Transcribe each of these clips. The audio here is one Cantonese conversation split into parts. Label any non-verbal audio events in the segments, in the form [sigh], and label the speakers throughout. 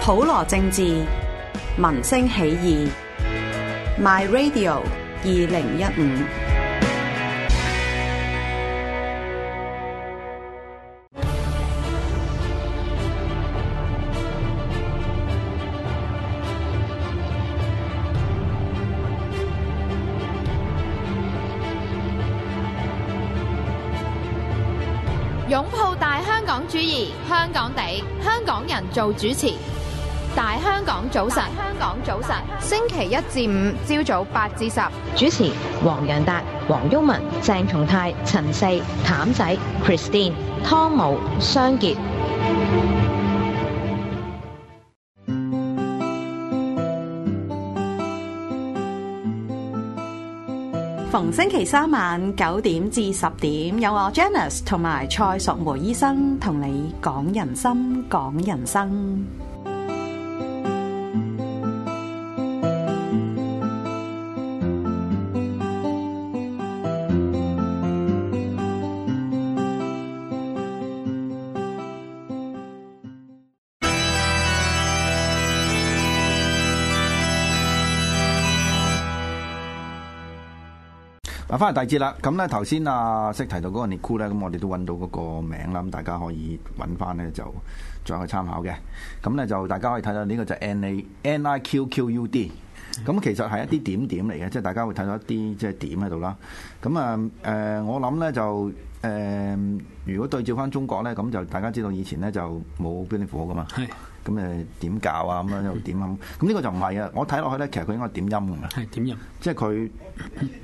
Speaker 1: 普羅政治民聲起義 My Radio 二零一五。
Speaker 2: 擁抱大香港主義，香港地，香港人做主持。大香港早晨，香港早晨，星期一至五朝早八至十，
Speaker 3: 主持黃杨達、黃毓文、鄭松泰、陳四、譚仔、Christine、湯姆、雙傑。
Speaker 1: 逢星期三晚九點至十點，有我 Janice 同埋蔡淑梅醫生同你講人心，講人生。
Speaker 4: 嗱，翻嚟第二節啦。咁咧頭先啊，識提到嗰個 Niku 咧，咁我哋都揾到嗰個名啦。咁大家可以揾翻咧，就再去參考嘅。咁咧就大家可以睇到呢個就 N A N I Q Q U D。咁其實係一啲點點嚟嘅，即係大家會睇到一啲即係點喺度啦。咁啊誒，我諗咧就誒、如果對照翻中國咧，咁就大家知道以前咧就冇標點符號噶嘛。
Speaker 5: 係
Speaker 4: 咁誒點教啊？咁樣又點啊？咁呢個就唔係啊！我睇落去咧，其實佢應該點音㗎嘛。
Speaker 5: 係點入？
Speaker 4: 即係佢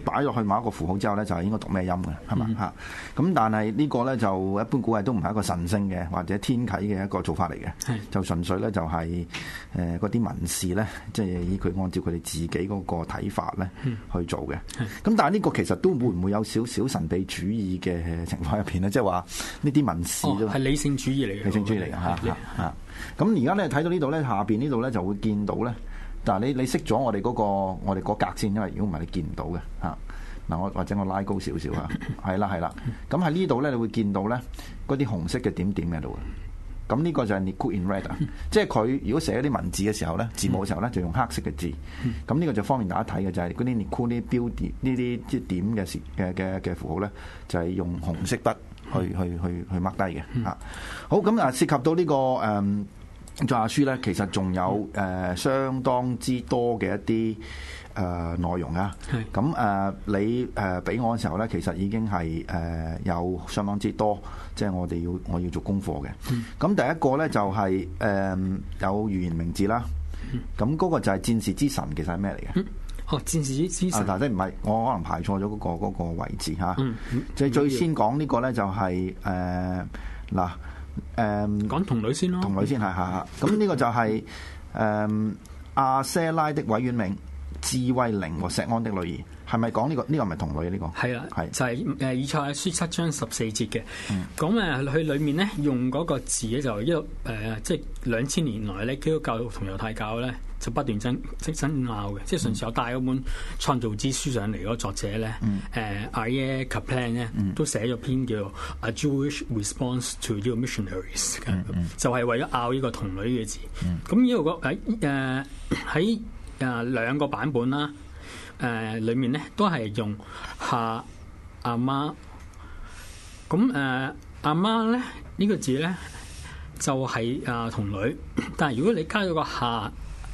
Speaker 4: 擺落去某一個符號之後咧，就係應該讀咩音嘅，係嘛嚇？咁、但係呢個咧就一般估計都唔係一個神聖嘅或者天啟嘅一個做法嚟嘅
Speaker 5: 係，
Speaker 4: 就純粹咧就係誒嗰啲文士咧，即係以佢按照佢哋自己嗰個睇法咧去做嘅。咁但係呢個其實都會唔會有少少神秘主義嘅情況入邊咧？即係話呢啲文士
Speaker 5: 哦
Speaker 4: 都，
Speaker 5: 係理性主義嚟嘅，
Speaker 4: 理性主義嚟嘅嚇
Speaker 5: 係
Speaker 4: 嚇嚇。咁而家咧睇到呢度咧，下邊呢度咧就會見到咧，但係你你識咗我哋嗰、個我哋嗰格先，因為如果唔係你見唔到嘅嚇。嗱，我或者我拉高少少 [laughs] 啊，係啦係啦。咁喺呢度咧，你會見到咧嗰啲紅色嘅點點喺度嘅。咁呢個就係 n i c o in [laughs] red 啊，即係佢如果寫啲文字嘅時候咧，字母嘅時候咧，就用黑色嘅字。咁呢個就方便大家睇嘅就係嗰啲 n i c o 呢啲標點呢啲即係點嘅時嘅嘅嘅符號咧，就係用紅色筆去去去去 mark 低嘅嚇。好，咁啊涉及到呢個誒。作下書咧，其實仲有誒、呃相當之多嘅一啲誒、呃、內容啊
Speaker 5: 係。
Speaker 4: 咁誒、呃你誒俾、我嘅時候咧，其實已經係誒、呃有相當之多，即係我哋要我要做功課嘅。
Speaker 5: 嗯
Speaker 4: 咁、第一個咧就係、呃有預言名字啦。咁嗰個就係戰士之神，其實係咩嚟嘅？
Speaker 5: 哦，戰士之
Speaker 4: 啊
Speaker 5: 神，
Speaker 4: 嗱，即係唔係我可能排錯咗嗰、個嗰、個位置嚇。
Speaker 5: 嗯嗯
Speaker 4: 即係最先講呢個咧就係誒嗱誒。
Speaker 5: 講童女先咯，
Speaker 4: 同類先係下下。咁呢個就係、誒、阿舍拉的委員名、智慧靈和石安的女兒，係咪講呢個？呢、個唔係同類啊？呢、個
Speaker 5: 係啦，
Speaker 4: 係嗯
Speaker 5: 就係誒以賽亞書七章十四節嘅，咁誒佢裏面咧用嗰個字咧就一路誒即係兩千年來咧基督教同猶太教咧就不斷爭即爭拗嘅，即係上次我帶嗰本《創造之書》上嚟嗰個作者咧
Speaker 4: 嗯
Speaker 5: 誒 a r i e Kaplan 咧都寫咗篇叫《A Jewish Response to Your Missionaries》嘅，
Speaker 4: 嗯
Speaker 5: 就係為咗拗呢個同類嘅字，咁呢度個喺誒喺誒兩個版本啦。誒、裏呃面咧都係用下阿媽。咁誒呃阿媽咧呢、呢個字咧就係、啊同女， [coughs] 但係如果你加咗個下，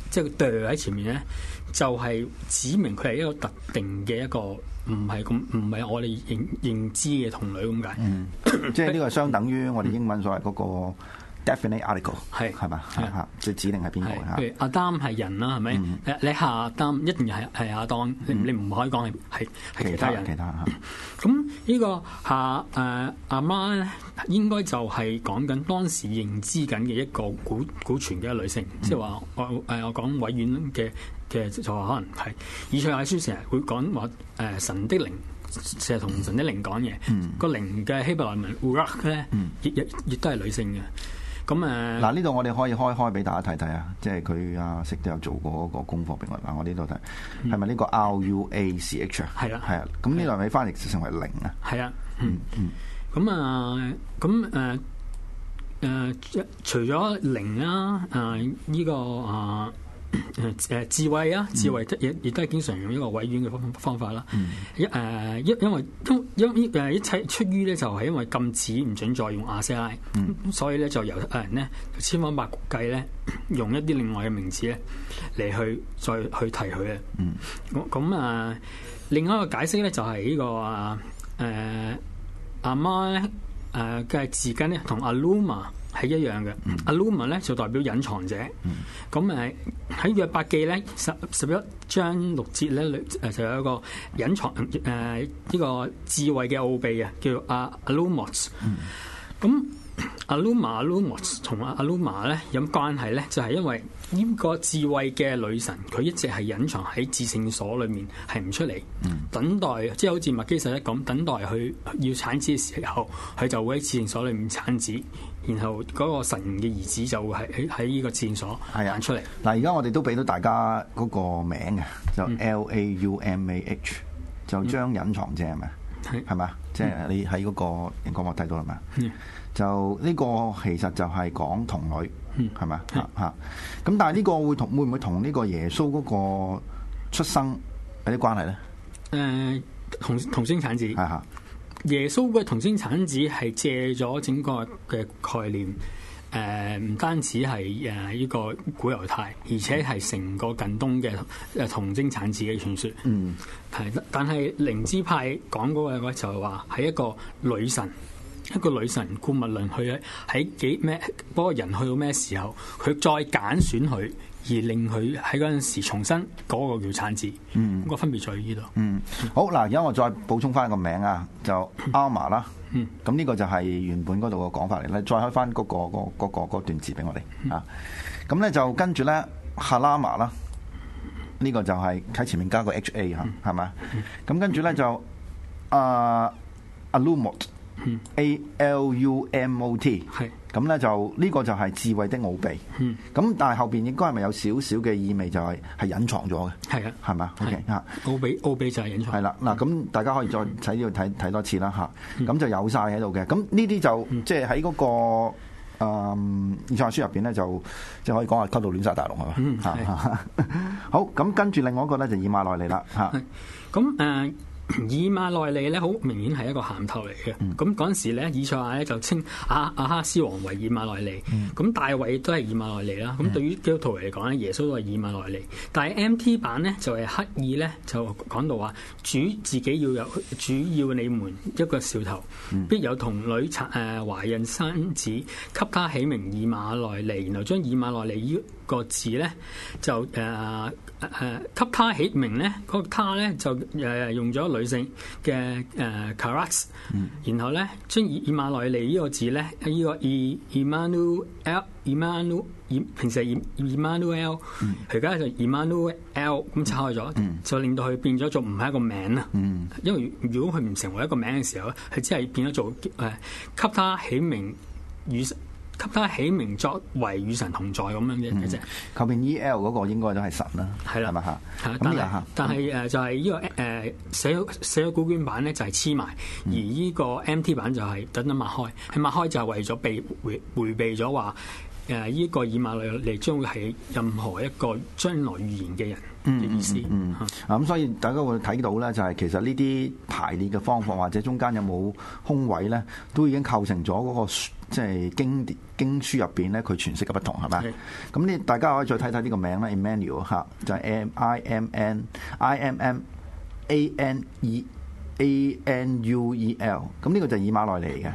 Speaker 5: 即係對喺前面咧，就係、指明佢係一個特定嘅一個唔係咁唔係我哋認認知嘅同女咁解。
Speaker 4: 即係呢個相等於我哋英文所謂嗰個 definite article，
Speaker 5: 係
Speaker 4: 係嘛？
Speaker 5: 係
Speaker 4: 嚇嚇，即係指定係邊個
Speaker 5: 係，
Speaker 4: 嚇
Speaker 5: 譬？如阿丹係人啦，係咪？你你下丹一定係係阿當，你你唔可以講係係係
Speaker 4: 其
Speaker 5: 嗯其他
Speaker 4: 他
Speaker 5: 人
Speaker 4: 其。他嚇，
Speaker 5: 咁呢個下誒阿媽咧，應該就係講緊當時認知緊嘅一個古古傳嘅女性，即係話我誒我講委婉嘅嘅就話可能係以賽亞書成日會講話誒神的靈。成日同神的靈講嘢，個靈嘅希伯來文 u r a 咧，亦亦亦都係女性嘅。咁呃誒，
Speaker 4: 嗱，呢度我哋可以開開俾大家睇睇啊，即係佢阿識都有做過嗰個功課俾我。嗱，我呢度睇係咪呢個 R U A C H 啊？
Speaker 5: 係啦
Speaker 4: 係啊。咁呢度係咪翻譯成為零啊？
Speaker 5: 係啊，嗯，咁啊，咁誒誒除呃除咗靈啦，誒呢個啊。 [coughs] 誒誒智慧啊，智慧亦亦都係經常用呢個委婉嘅方方法啦。一誒因因為因因誒一切出於咧就係因為禁止唔准再用亞西拉，所以咧就由誒人咧千方百計咧用一啲另外嘅名字咧嚟去再去提佢嘅。咁咁啊，另外一個解釋咧就係呢個啊誒阿媽呃咧誒嘅字根咧同 aluma 係一樣嘅，aluma 咧就代表隱藏者。咁誒喺約伯記咧十十一章六節咧裏誒就有一個隱藏誒呢、個智慧嘅奧秘啊，叫阿 alumos。咁 Aluma Alumos 同 Aluma 咧有關係咧，就係、因為呢個智慧嘅女神，佢一直係隱藏喺至聖所裏面，係唔出嚟，等待即係好似麥基洗德咁，等待佢要產子嘅時候，佢就會喺至聖所裏面產子，然後嗰個神嘅兒子就會喺喺喺呢個至聖所
Speaker 4: 係啊
Speaker 5: 行出嚟。
Speaker 4: 嗱，而家我哋都俾到大家嗰個名嘅，就
Speaker 5: 嗯
Speaker 4: L A U M A H，就將隱藏者係咪？
Speaker 5: 係
Speaker 4: 係咪啊？即係你喺嗰個熒光幕睇到啦嘛
Speaker 5: 嗯。
Speaker 4: 就呢個其實就係講童女，
Speaker 5: 嗯
Speaker 4: 係咪啊？嚇嚇咁但係呢個會同會唔會同呢個耶穌嗰個出生有啲關係咧？
Speaker 5: 誒同同性產子，
Speaker 4: 係嚇，
Speaker 5: 耶穌嘅同性產子係借咗整個嘅概念，誒、唔單止係誒呢個古猶太，而
Speaker 4: 嗯
Speaker 5: 且係成個近東嘅誒同性產子嘅傳說。
Speaker 4: 嗯，
Speaker 5: 係，但係靈知派講嗰個就係話係一個女神，一個女神顧物論佢喺喺幾咩嗰個人去到咩時候，佢再揀選佢，而令佢喺嗰陣時重新嗰、個叫產子。嗯，個分別在於呢度。
Speaker 4: 嗯，好嗱，而家我再補充翻個名啊，就 Alma 啦。咁呢個就係原本嗰度嘅講法嚟咧。再開翻嗰、個嗰、嗰個嗰段字俾我哋啊。咁咧就跟住咧 Halama 啦，呢、個就係喺前面加個 H A 嚇，係咪？咁跟住咧就啊 Alumot。A L U M O T，
Speaker 5: 係
Speaker 4: 咁咧就呢、個就係智慧的奧秘，咁、
Speaker 5: 嗯
Speaker 4: 但係後邊應該係咪有少少嘅意味就係係隱藏咗嘅，
Speaker 5: 係啊，
Speaker 4: 係嘛？OK 嚇。
Speaker 5: 奧比奧比就係隱
Speaker 4: 係
Speaker 5: 藏。
Speaker 4: 啦，嗱咁大家可以再睇呢度
Speaker 5: 嗯
Speaker 4: 睇睇多次啦吓，咁就有晒喺度嘅。咁呢啲就
Speaker 5: 嗯
Speaker 4: 即係喺嗰個。誒以賽亞書入邊咧，就即係可以講話溝到亂晒大龍係嘛
Speaker 5: 嗯
Speaker 4: 嚇
Speaker 5: 係
Speaker 4: 嚇？ [laughs] 好咁，跟住另外一個咧就以馬內利啦嚇，
Speaker 5: 咁誒、呃以馬內利咧，好明顯係一個鹹頭嚟嘅。
Speaker 4: 嗯
Speaker 5: 咁嗰陣時咧，以賽亞咧就稱阿阿哈斯王為以馬內利，
Speaker 4: 嗯
Speaker 5: 咁、大衛都係以馬內利啦。咁對於基督徒嚟講咧，耶穌都係以馬內利。但係 MT 版咧就係刻意咧就講到話，主自己要有主要你們一個兆頭，
Speaker 4: 嗯
Speaker 5: 必有童女產誒、呃、懷孕生子，給他起名以馬內利，然後將以馬內利呢個字咧就誒。呃誒給他起名咧，嗰、個他咧就誒、用咗女性嘅誒 caras，然後咧將以以馬內利呢個字咧，呢、個以 Emmanuel Emmanuel 以平時係以 Emmanuel，佢而家就 Emmanuel 咁拆開咗，就令到佢變咗做唔係一個名啊啦。因為如果佢唔成為一個名嘅時候咧，佢只係變咗做誒、給他起名與神給他起名作為與神同在咁樣嘅
Speaker 4: 嗯
Speaker 5: 嘅啫。
Speaker 4: 後邊 E L 嗰個應該都係神啦，
Speaker 5: 係啦
Speaker 4: 係咪嚇？
Speaker 5: 係
Speaker 4: 咁
Speaker 5: 但
Speaker 4: 又嗯
Speaker 5: 係
Speaker 4: 嚇，
Speaker 5: 但係誒就係呢個誒寫咗寫咗古卷版咧就係黐埋，而呢個 MT 版就係等等擘開，係擘開就係為咗避迴迴避咗話誒呢個以馬內利將會係任何一個將來預言嘅人嘅意思。
Speaker 4: 嗯
Speaker 5: 嚇
Speaker 4: 啊咁所以大家會睇到咧，就係其實呢啲排列嘅方法或者中間有冇空位咧，都已經構成咗嗰個書即係經典經書入邊咧，佢詮釋嘅不同係咪啊
Speaker 5: 係？
Speaker 4: 咁你大家可以再睇睇呢個名啦，Emmanuel 嚇，就係 M I M N I M M A N E。A N U E L，咁呢個就係以馬內利嘅，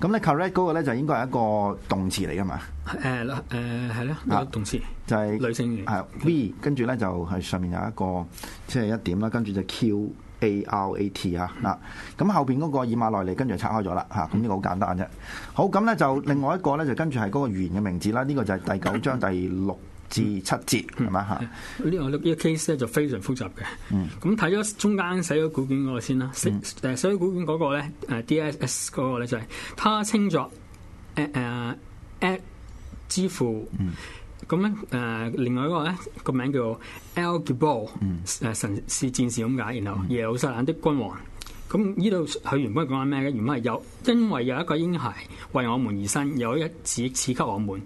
Speaker 4: 咁咧 correct 嗰個咧就應該係一個動詞嚟噶嘛，
Speaker 5: 誒啦誒係啦，
Speaker 4: 啊
Speaker 5: 有動詞
Speaker 4: 就係、
Speaker 5: 女性嘅
Speaker 4: 係啊 V，跟住咧就係上面有一個即係一點啦，跟住就 Q A R A T 啊嗱，咁後邊嗰個以馬內利跟住就拆開咗啦嚇，咁呢個好簡單啫。好咁咧就另外一個咧就跟住係嗰個語言嘅名字啦，呢、個就係第九章第六至七節
Speaker 5: 嗯
Speaker 4: 係咪嚇？
Speaker 5: 呢個呢個 case 咧就非常複雜嘅。咁睇咗中間寫咗古卷嗰個先啦，寫誒寫咗古卷嗰個咧誒 DSS 嗰個咧就係他稱作誒誒 at 之父。咁咧誒，另外一個咧個名叫 El Gibor，誒神是戰士咁解，然後耶路撒冷的君王。咁呢度佢原本係講緊咩嘅？原本係有，因為有一個嬰孩為我們而生，有一子賜給我們，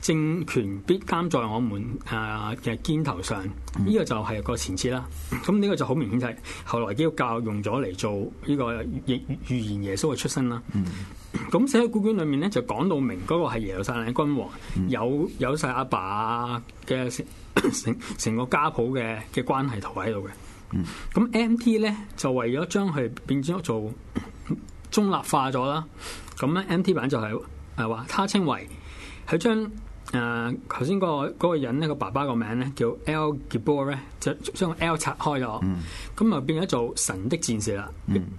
Speaker 5: 政權必擔在我們誒嘅肩頭上。呢、個就係個前設啦。咁呢個就好明顯就係後來基督教用咗嚟做呢個預預言耶穌嘅出生啦。咁寫喺古卷裏面咧，就講到明嗰個係耶路撒冷君王，有有晒阿爸啊嘅 [coughs] 成成成個家譜嘅嘅關係圖喺度嘅。咁 MT 咧就為咗將佢變咗做 [coughs] 中立化咗啦。咁咧 MT 版就係誒話，他稱為佢將誒頭先嗰個嗰個人呢個爸爸個名咧叫 L Gibor 咧，就將個 L 拆開咗，咁啊變咗做神的戰士啦，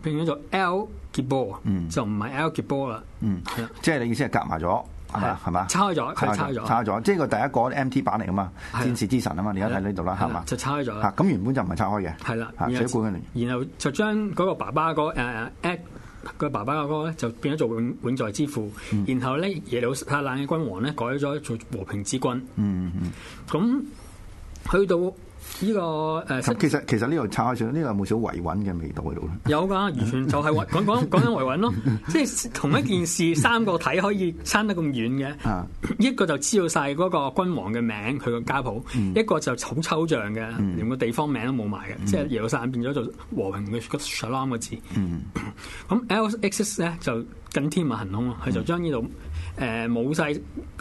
Speaker 5: 變咗做 L Gibor，
Speaker 4: 嗯
Speaker 5: 就唔係 L Gibor 啦，
Speaker 4: 嗯
Speaker 5: 係啦，
Speaker 4: 即係你意思係夾埋咗，係
Speaker 5: 係
Speaker 4: 嘛
Speaker 5: 啊？
Speaker 4: 係嘛？
Speaker 5: 拆開咗佢拆咗
Speaker 4: 拆咗，即係個第一個 MT 版嚟噶嘛，
Speaker 5: 係啊
Speaker 4: 戰士之神啊嘛，你而家睇呢度啦，係嘛？
Speaker 5: 就拆開咗啦
Speaker 4: 嚇，。咁原本就唔係拆開嘅，
Speaker 5: 係啦，
Speaker 4: 嚇，
Speaker 5: 然
Speaker 4: 寫古
Speaker 5: 後
Speaker 4: 卷嚟。
Speaker 5: 然後就將嗰個爸爸嗰誒 at 個爸爸嗰個咧就變咗做永永在之父，
Speaker 4: 嗯
Speaker 5: 然後咧耶路撒冷嘅君王咧改咗做和平之君，
Speaker 4: 嗯嗯，
Speaker 5: 咁去到呢、個誒
Speaker 4: 咁
Speaker 5: 釋
Speaker 4: 其實其實呢度拆開咗，呢度有冇少維穩嘅味道喺度咧？
Speaker 5: 有噶，完全就係為講講講緊維穩咯，
Speaker 4: [laughs]
Speaker 5: 即係同一件事三個體可以差得咁遠嘅。
Speaker 4: 啊，
Speaker 5: [coughs] 一個就知道晒嗰個君王嘅名，佢個家譜；一個就好抽象嘅，連個地方名都冇埋嘅，即係耶路撒冷變咗做和平嘅 shalom 個字。咁 LXS 咧就近天馬行空咯，佢就將呢度誒冇晒嗰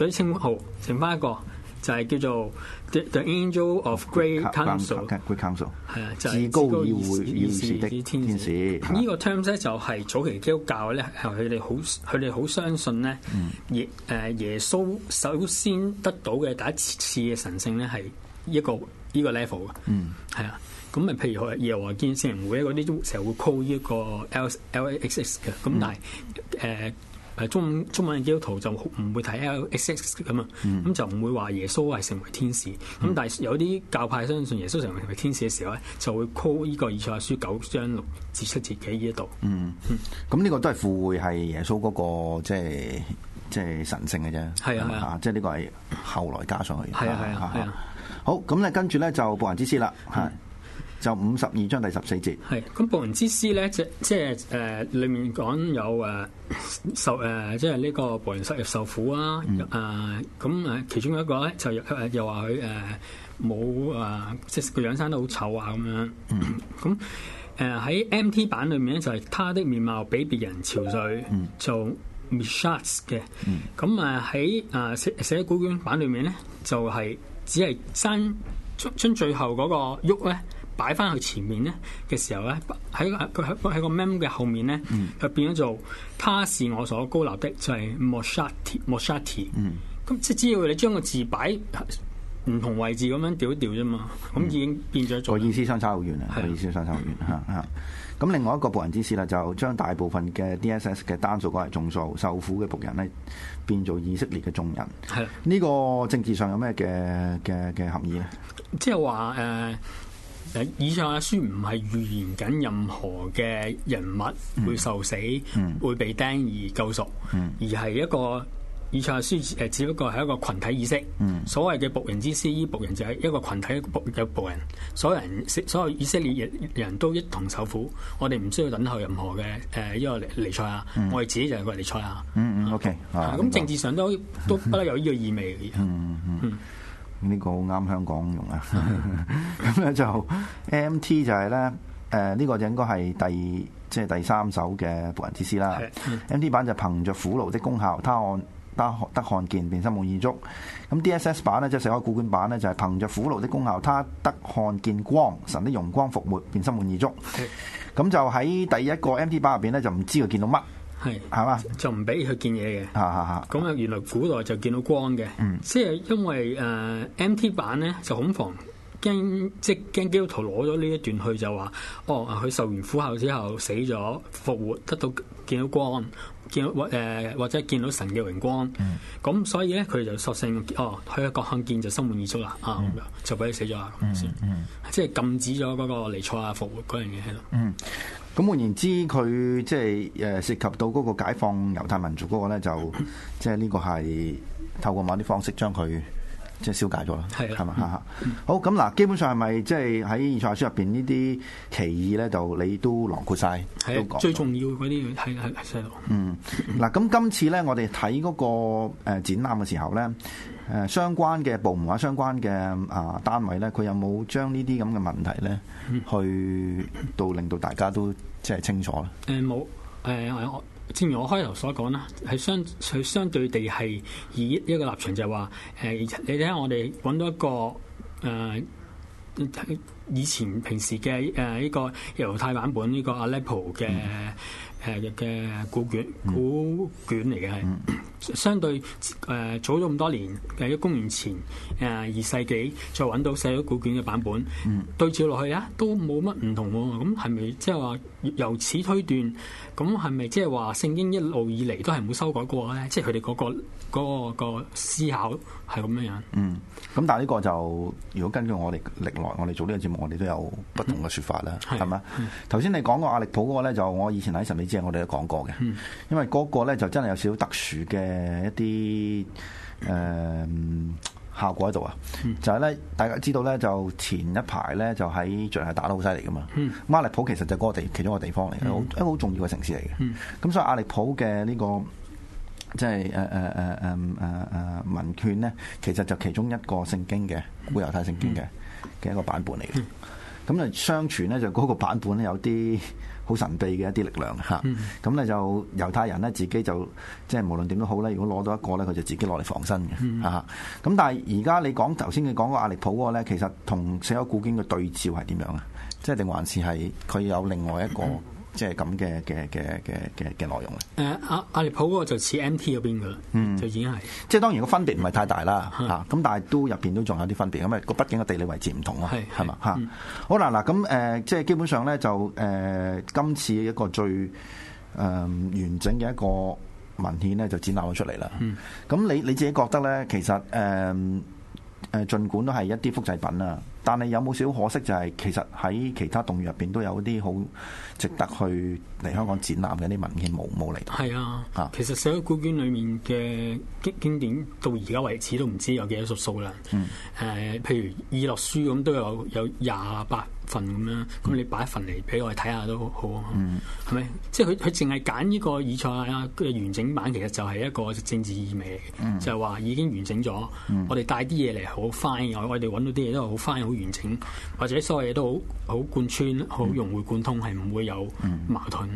Speaker 5: 啲稱號，剩翻一個就係叫做 The, The Angel of Great Council，
Speaker 4: Great Council，
Speaker 5: 係啊，就係
Speaker 4: 至高議會
Speaker 5: 議
Speaker 4: 議事的
Speaker 5: 之
Speaker 4: 天
Speaker 5: 使。
Speaker 4: 使。
Speaker 5: 呢個 terms 咧就係早期基督教咧，係佢哋好佢哋好相信咧，
Speaker 4: 嗯
Speaker 5: 耶誒耶穌首先得到嘅第一次嘅神性咧係一個呢個 level 嘅，
Speaker 4: 嗯
Speaker 5: 係啊。咁咪譬如佢耶和華見聖人會嗰啲都成日會 call 呢個 L L X X 嘅，
Speaker 4: 嗯
Speaker 5: 咁但係誒。誒呃中中文嘅基督徒就好唔會睇 L X X 咁啊，咁就唔會話耶穌係成為天使。咁但係有啲教派相信耶穌成為天使嘅時候咧，就會 call 呢個以賽亞書九章六至七節嘅呢一度。
Speaker 4: 嗯，咁呢個都係附會係耶穌嗰個即係即係神性嘅啫。
Speaker 5: 係啊係啊
Speaker 4: 即係呢個係後來加上去。
Speaker 5: 係啊係啊係啊。
Speaker 4: 好，咁咧跟住咧就步人之師啦，係就五十二章第十四節。
Speaker 5: 係咁，布人之師咧，即即係誒、呃，裡面講有誒、呃受誒、呃即係呢個布人失業受苦啊，誒咁誒，其中一個咧就又誒又話佢誒呃冇誒，即係個樣生得好醜啊咁樣。咁誒喺 MT 版裏面咧，就係、他的面貌比別人憔悴，就 m i s h a t s 嘅。咁誒喺誒寫寫古卷版裏面咧，就係、只係生將將最後嗰個喐咧。擺翻去前面咧嘅時候咧，喺個佢喺個喺個 mem 嘅後面咧，佢變咗做他是我所高立的，就係 moshati moshati。咁即係只要你將個字擺唔同位置咁樣調一調啫嘛，咁已經變咗
Speaker 4: 個
Speaker 5: 做
Speaker 4: 意思相差好遠啊！
Speaker 5: 係啊
Speaker 4: 個意思相差好遠嚇嚇。咁另外一個仆人之師啦，就將大部分嘅 DSS 嘅單數改為眾數，受苦嘅仆人咧變做以色列嘅眾人。
Speaker 5: 係啦。
Speaker 4: 呢個政治上有咩嘅嘅嘅含義咧？
Speaker 5: 即係話誒誒，以上嘅書唔係預言緊任何嘅人物會受死、會被釘而救贖，而係一個。以賽亞書誒，只不過係一個群體意識。所謂嘅仆人之師，依仆人就係一個群體嘅仆嘅僕人。所有人，所有以色列人都一同受苦。我哋唔需要等候任何嘅誒呢個彌彌賽亞，我哋自己就係個彌賽亞。
Speaker 4: 嗯嗯，OK 啊
Speaker 5: 啊
Speaker 4: 呢個
Speaker 5: 咁政治上都都不嬲有呢個意味嘅。
Speaker 4: 呢個好啱香港用啊！咁咧就 MT 就係咧，誒、呢個就應該係第即係第三首嘅仆人之詩啦
Speaker 5: 係嗯。
Speaker 4: MT 版就憑着苦勞的功效，他看得得看見便心滿意足。咁 DSS 版咧即係寫開古卷版咧就係、憑着苦勞的功效，他得看見光，神的容光復活便心滿意足。咁就喺第一個 MT 版入邊咧就唔知佢見到乜，
Speaker 5: 係
Speaker 4: 係嘛？
Speaker 5: 就唔俾佢見嘢嘅。
Speaker 4: 嚇嚇嚇！
Speaker 5: 咁啊，原來古代就見到光嘅，
Speaker 4: 嗯
Speaker 5: 即係因為誒、呃 MT 版咧就恐防驚，即係驚基督徒攞咗呢一段去就話，哦，佢受完苦後之後死咗復活，得到見到光，見到或誒、呃或者見到神嘅榮光，
Speaker 4: 嗯
Speaker 5: 咁、所以咧佢就索性哦，佢一個看見就心滿意足啦，
Speaker 4: 嗯
Speaker 5: 啊咁樣就俾佢死咗啦，咁先，即係禁止咗嗰個離錯啊復活嗰樣嘢喺度。
Speaker 4: 嗯咁換言之，佢即係誒涉及到嗰個
Speaker 5: [coughs]
Speaker 4: 解放猶太民族嗰個咧，就即係呢個係透過某啲方式將佢即係消解咗啦，
Speaker 5: 係啊嗯啦
Speaker 4: 係嘛嚇嚇。好咁嗱，基本上係咪即係喺《現代書》入邊呢啲歧義咧，就你都囊括晒，都
Speaker 5: 係啊
Speaker 4: 講
Speaker 5: 最
Speaker 4: 咗
Speaker 5: 重要嗰啲係係係細路，
Speaker 4: 嗯，嗱，咁今次咧，我哋睇嗰個誒展覽嘅時候咧，誒相關嘅部門或者相關嘅啊單位咧，佢有冇將呢啲咁嘅問題咧，
Speaker 5: 嗯
Speaker 4: 去到令到大家都即係清楚咧？
Speaker 5: 誒呃冇誒我。正如我開頭所講啦，係相佢相對地係以一個立場就係話誒，你睇下我哋揾到一個誒、呃以前平時嘅誒呢個猶太版本呢個 Aleppo 嘅誒嘅古卷古卷嚟嘅係。相對誒、呃早咗咁多年，誒一公元前誒二、世紀再揾到寫咗古卷嘅版本，對照落去啊，都冇乜唔同喎。咁係咪即係話由此推斷？咁係咪即係話聖經一路以嚟都係冇修改過咧？即係佢哋嗰個嗰、個個思考係咁樣樣。
Speaker 4: 嗯，咁但係呢個就如果根據我哋歷來我哋做呢個節目，我哋都有不同嘅説法啦，
Speaker 5: 係
Speaker 4: 係咪？頭先你講過壓力譜嗰個咧，就我以前喺神秘之夜我哋都講過嘅，因為嗰個咧就真係有少少特殊嘅一啲誒。嗯效果喺度啊，就係咧，大家知道咧，就前一排咧就喺象牙打得好犀利噶嘛。咁壓力普其實就嗰個地其中一個地方嚟嘅，好一個好重要嘅城市嚟嘅。咁所以壓力普嘅呢個即係誒誒誒誒誒誒文券咧，其實就其中一個聖經嘅古猶太聖經嘅嘅一個版本嚟嘅。咁就相傳咧，就嗰個版本咧有啲好神秘嘅一啲力量嚇。咁咧就猶太人咧自己就即係無論點都好咧，如果攞到一個咧，佢就自己攞嚟防身嘅嚇。咁但係而家你講頭先你講個壓力譜嗰個咧，其實同寫有古經嘅對照係點樣啊？即係定還是係佢有另外一個即係咁嘅嘅嘅嘅嘅嘅內容咧？
Speaker 5: 誒呃阿阿利普嗰個就似 MT 嗰邊噶啦，就已經係。
Speaker 4: 即係當然個分別唔係太大啦嚇，
Speaker 5: 嗯
Speaker 4: 咁但係都入邊都仲有啲分別，咁啊個畢竟個地理位置唔同啊，
Speaker 5: 係嗯
Speaker 4: 係嘛嚇。好啦嗱，咁誒即係基本上咧就誒今次一個最誒完整嘅一個文獻咧就展覽咗出嚟啦。
Speaker 5: 嗯
Speaker 4: 咁你你自己覺得咧，其實誒誒儘管都係一啲複製品啊，但係有冇少可惜就係其實喺其他動物入邊都有啲好值得去嚟香港展覽嘅啲文獻冇冇嚟到？
Speaker 5: 係啊
Speaker 4: 啊，
Speaker 5: 其實《社會古卷》裏面嘅經經典到而家為止都唔知有幾多數數啦。誒、
Speaker 4: 嗯
Speaker 5: 譬如《以諾書》咁都有有廿八份咁樣，
Speaker 4: 嗯
Speaker 5: 咁你擺一份嚟俾我哋睇下都好啊。係咪、即係佢佢淨係揀呢個以賽亞嘅完整版，其實就係一個政治意味嚟嘅，
Speaker 4: 嗯
Speaker 5: 就係話已經完整咗。我哋帶啲嘢嚟好 fine，我我哋揾到啲嘢都係好 fine，好完整，或者所有嘢都好好貫穿、好融會貫通，係唔會有
Speaker 4: 嗯
Speaker 5: 矛盾。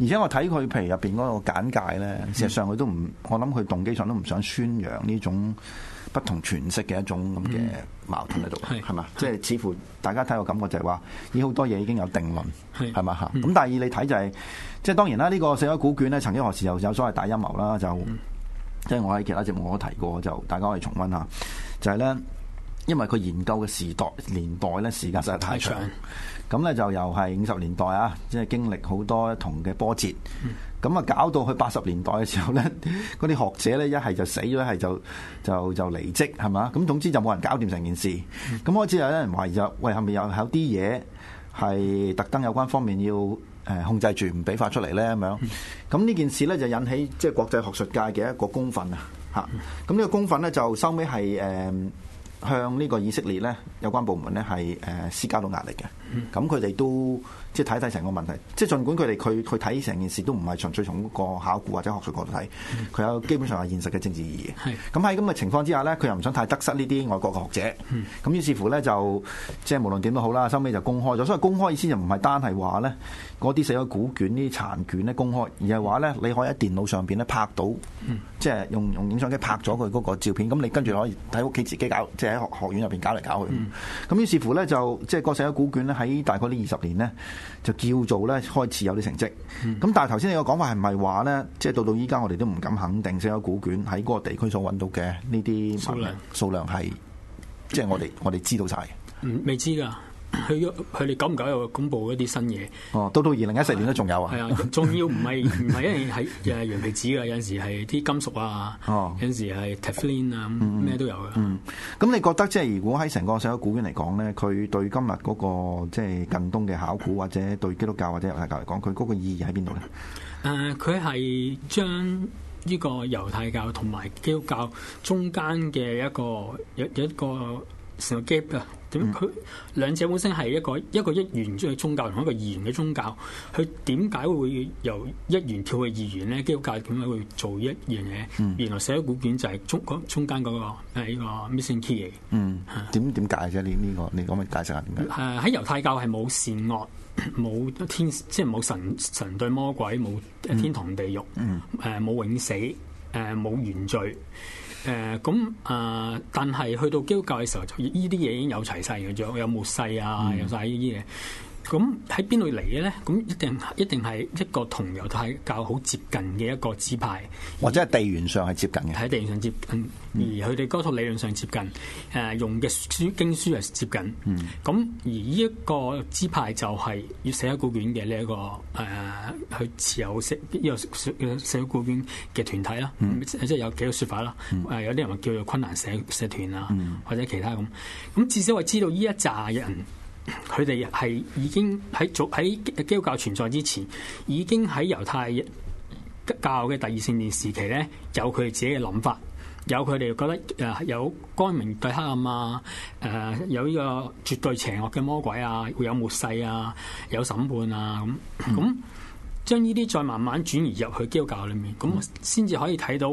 Speaker 4: 而且我睇佢譬如入邊嗰個簡介
Speaker 5: 嗯
Speaker 4: 咧，事實上佢都唔，我諗佢動機上都唔想宣揚呢種不同詮釋嘅一種咁嘅矛盾喺度，
Speaker 5: 嗯係
Speaker 4: 係嘛？即係似乎大家睇個感覺就係話，咦好多嘢已經有定論，
Speaker 5: 係嗯
Speaker 4: 係嘛嚇？咁但係以你睇就係、即係當然啦，呢、個死海古卷咧，曾經何時又有所謂大陰謀啦，就。
Speaker 5: 嗯
Speaker 4: 即係我喺其他節目我都提過，就大家可以重温下，就係、呢，咧，因為佢研究嘅時代年代咧時間實在太長
Speaker 5: 太長，
Speaker 4: 咁咧就又係五十年代啊，即係經歷好多唔同嘅波折，咁啊、搞到去八十年代嘅時候咧， [laughs] 嗰啲學者咧一係就死咗，一係就就就離職係嘛，咁總之就冇人搞掂成件事，咁開始有人懷疑就喂係咪有有啲嘢？係特登有關方面要誒控制住唔俾發出嚟咧咁樣。咁呢件事咧就引起即係國際學術界嘅一個公憤啊嚇。咁呢個公憤咧就收尾係誒向呢個以色列咧有關部門咧係誒施加到壓力嘅。咁佢哋都即係睇睇成個問題，即係儘管佢哋佢佢睇成件事都唔係純粹從嗰個考古或者學術角度睇，佢有基本上係現實嘅政治意義嘅
Speaker 5: 係。
Speaker 4: 咁喺咁嘅情況之下咧，佢又唔想太得失呢啲外國嘅學者，咁於是乎咧就即係無論點都好啦，收尾就公開咗。所以公開意思就唔係單係話咧嗰啲死咗古卷、呢啲殘卷咧公開，而係話咧你可以喺電腦上邊咧拍到，即係用用影相機拍咗佢嗰個照片，咁你跟住可以喺屋企自己搞，即係喺學學院入邊搞嚟搞去。
Speaker 5: 嗯
Speaker 4: 咁於是乎咧就即係個死咗古卷咧喺大概呢二十年咧就叫做咧開始有啲成績。
Speaker 5: 嗯
Speaker 4: 咁但係頭先你個講法係唔係話咧，即係到到依家我哋都唔敢肯定死咗古卷喺嗰個地區所揾到嘅呢啲
Speaker 5: 數量
Speaker 4: 數量係即係我哋我哋知道晒嘅。
Speaker 5: 嗯，未知
Speaker 4: [laughs]
Speaker 5: 㗎。佢佢哋久唔久又公布一啲新嘢，
Speaker 4: 哦，到到二零一四年都仲有啊
Speaker 5: 係。啊，仲要唔
Speaker 4: [laughs]
Speaker 5: 係唔係因為係誒羊皮紙㗎，有陣時係啲金屬啊，
Speaker 4: 哦
Speaker 5: 有陣時係 teflon 啊，咩都有㗎。
Speaker 4: 嗯，咁你覺得即係如果喺成個社會古卷嚟講咧，佢對今日嗰、個即係近東嘅考古或者對基督教或者猶太教嚟講，佢嗰個意義喺邊度咧？
Speaker 5: 誒，佢係將呢個猶太教同埋基督教中間嘅一個有有一個成個 gap 啊。點佢兩者本身係一個一個一元嘅宗教同一個二元嘅宗教，佢點解會由一元跳去二元咧？基督教點解會做一樣嘢？原來寫咗古卷就係中嗰中間嗰、個係呢個 missing key 嚟嘅。
Speaker 4: 嗯，點點解啫？呢呢個你可唔可以解釋下點解？
Speaker 5: 誒喺猶太教係冇善惡，冇天即係冇神神對魔鬼，冇天堂地呃獄，誒冇、永死，誒、冇原罪。誒咁誒，但係去到基督教嘅時候，就呢啲嘢已經有齊晒嘅，仲有末世啊，有晒呢啲嘢。咁喺邊度嚟嘅咧？咁一定一定係一個同猶太教好接近嘅一個支派。
Speaker 4: 或者係地緣上係接近嘅。
Speaker 5: 喺地上接近，而佢哋嗰套理論上接近，誒、用嘅書經書係接近。咁、而呢一個支派就係要寫一古卷嘅呢一個誒，佢、持有寫呢個寫古卷嘅團體啦，嗯即係有幾個説法啦。誒、有啲人話叫做昆蘭社社團啊，或者其他咁。咁至少我知道呢一紮人。佢哋係已經喺早喺基督教存在之前，已經喺猶太教嘅第二聖殿時期咧，有佢哋自己嘅諗法，有佢哋覺得誒、呃有光明對黑暗啊，誒、有呢個絕對邪惡嘅魔鬼啊，會有末世啊，有審判啊咁咁，將呢啲再慢慢轉移入去基督教裏面，咁先至可以睇到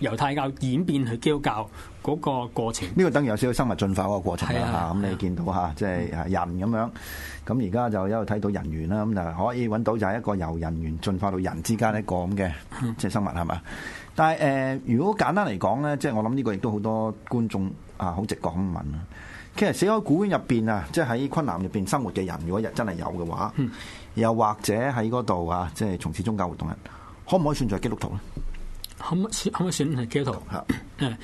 Speaker 5: 猶太教演變去基督教嗰個過程。
Speaker 4: 呢個等於有少少生物進化嗰個過程
Speaker 5: 係啊
Speaker 4: 啦嚇，咁
Speaker 5: 係啊嗯
Speaker 4: 你見到嚇，即係啊人咁樣，咁而家就一路睇到人猿啦，咁就可以揾到就係一個由人猿進化到人之間一個咁嘅
Speaker 5: 嗯
Speaker 4: 即係生物係嘛？但係誒、呃如果簡單嚟講咧，即係我諗呢個亦都好多觀眾啊，好直覺咁問啦。其實死海古卷入邊啊，即係喺昆南入邊生活嘅人，如果日真係有嘅話，
Speaker 5: 嗯
Speaker 4: 又或者喺嗰度啊，即係從事宗教活動嘅人，可唔可以算作係基督徒咧？
Speaker 5: 可唔可以算可唔可以算係基督徒？
Speaker 4: 嚇，
Speaker 5: 誒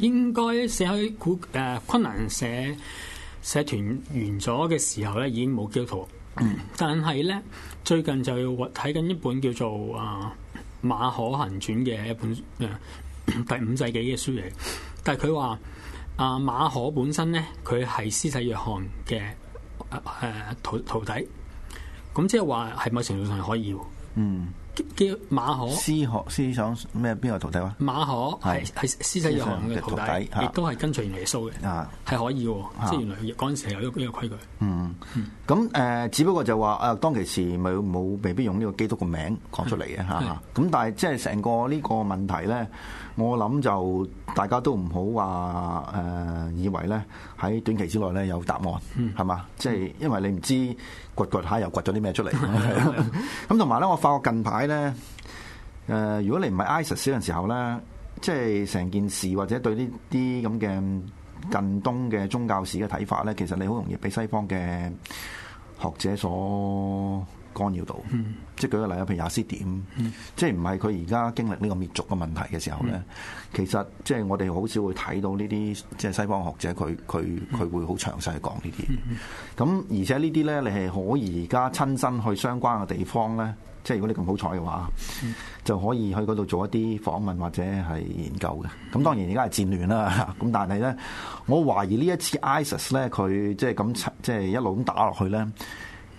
Speaker 5: 應該寫喺古誒昆蘭社社團完咗嘅時候咧，已經冇基督徒。但係咧，最近就睇緊一本叫做《啊、馬可行傳》嘅一本誒、呃 [clears throat] 第五世紀嘅書嚟。但係佢話啊馬可本身咧，佢係施洗約翰嘅誒誒徒徒弟。咁即係話係某程度上係可以喎。
Speaker 4: 嗯，
Speaker 5: 基基馬可。
Speaker 4: 思學思想咩邊個徒弟啊話？
Speaker 5: 馬可係
Speaker 4: 係
Speaker 5: 係施洗約翰
Speaker 4: 施
Speaker 5: 嘅徒
Speaker 4: 洗約翰嘅徒弟嚇
Speaker 5: 弟，亦都係跟隨耶穌嘅，
Speaker 4: 啊！
Speaker 5: 係可以喎。
Speaker 4: 嚇
Speaker 5: 即係原來嗰陣時係有呢個呢個規矩。
Speaker 4: 嗯，咁誒、呃只不過就話誒、啊當其時咪冇未必用呢個基督個名講出嚟嘅嚇。
Speaker 5: 係
Speaker 4: 咁但係即係成個呢個問題咧，我諗就大家都唔好話誒以為咧喺短期之內咧有答案，係嘛、即係因為你唔知掘掘下又掘咗啲咩出嚟。咁同埋咧，我發覺近排咧。誒、如果你唔係 ISIS 嗰陣時候咧，即係成件事或者對呢啲咁嘅近東嘅宗教史嘅睇法咧，其實你好容易俾西方嘅學者所干擾到。即係舉個例啊，譬如雅斯點，即係唔係佢而家經歷呢個滅族嘅問題嘅時候咧，其實即係我哋好少會睇到呢啲即係西方學者佢佢佢會好詳細講呢啲嘢。咁而且呢啲咧，你係可以而家親身去相關嘅地方咧。即係如果你咁好彩嘅話，就可以去嗰度做一啲訪問或者係研究嘅。咁當然而家係戰亂啦， [laughs] 咁但係咧，我懷疑呢一次 ISIS 咧，佢即係咁即係一路咁打落去咧，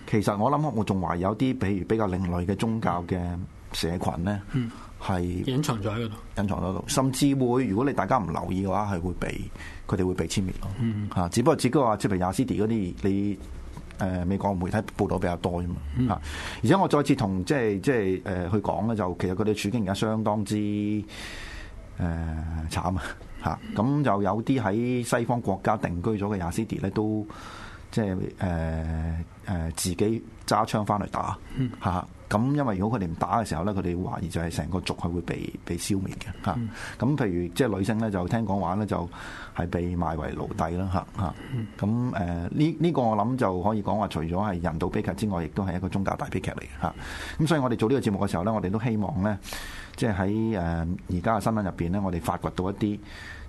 Speaker 4: 其實我諗我仲懷有啲，比如比較另類嘅宗教嘅社群咧，係
Speaker 5: 隱藏咗喺嗰度。
Speaker 4: 隱藏咗度，甚至會如果你大家唔留意嘅話，係會被佢哋會被殲滅咯。嚇、只不過只不過話，即係譬如雅斯迪嗰啲，你誒、呃美國媒體報導比較多啫嘛。嚇、而且我再次同即係即係誒、呃去講咧，就其實佢哋處境而家相當之誒、呃、慘啊！嚇，咁就有啲喺西方國家定居咗嘅雅斯迪咧都。即係誒誒自己揸槍翻嚟打嚇。咁、因為如果佢哋唔打嘅時候咧，佢哋懷疑就係成個族係會被被消滅嘅嚇。咁、譬如即係女性咧，就聽講話咧就係被賣為奴隸啦嚇嚇。咁誒呢呢個我諗就可以講話，除咗係人道悲劇之外，亦都係一個宗教大悲劇嚟嘅嚇。咁所以我哋做呢個節目嘅時候咧，我哋都希望咧，即係喺誒而家嘅新聞入邊咧，我哋發掘到一啲。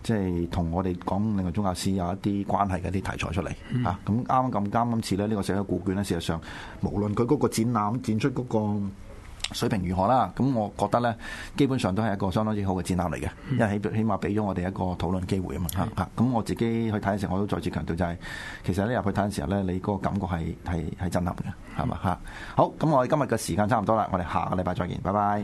Speaker 4: 即係同我哋講另外宗教史有一啲關係嘅一啲題材出嚟嚇。咁啱啱咁啱今次咧，呢個社會古卷咧，事實上無論佢嗰個展覽展出嗰個水平如何啦，咁我覺得咧，基本上都係一個相當之好嘅展覽嚟嘅，因為起起碼俾咗我哋一個討論機會啊嘛嚇嚇。咁我自己去睇嘅時候，我都再次強調就係、其實咧入去睇嘅時候咧，你嗰個感覺係係係震撼嘅，係嘛嚇。好，咁我哋今日嘅時間差唔多啦，我哋下個禮拜再見，拜拜。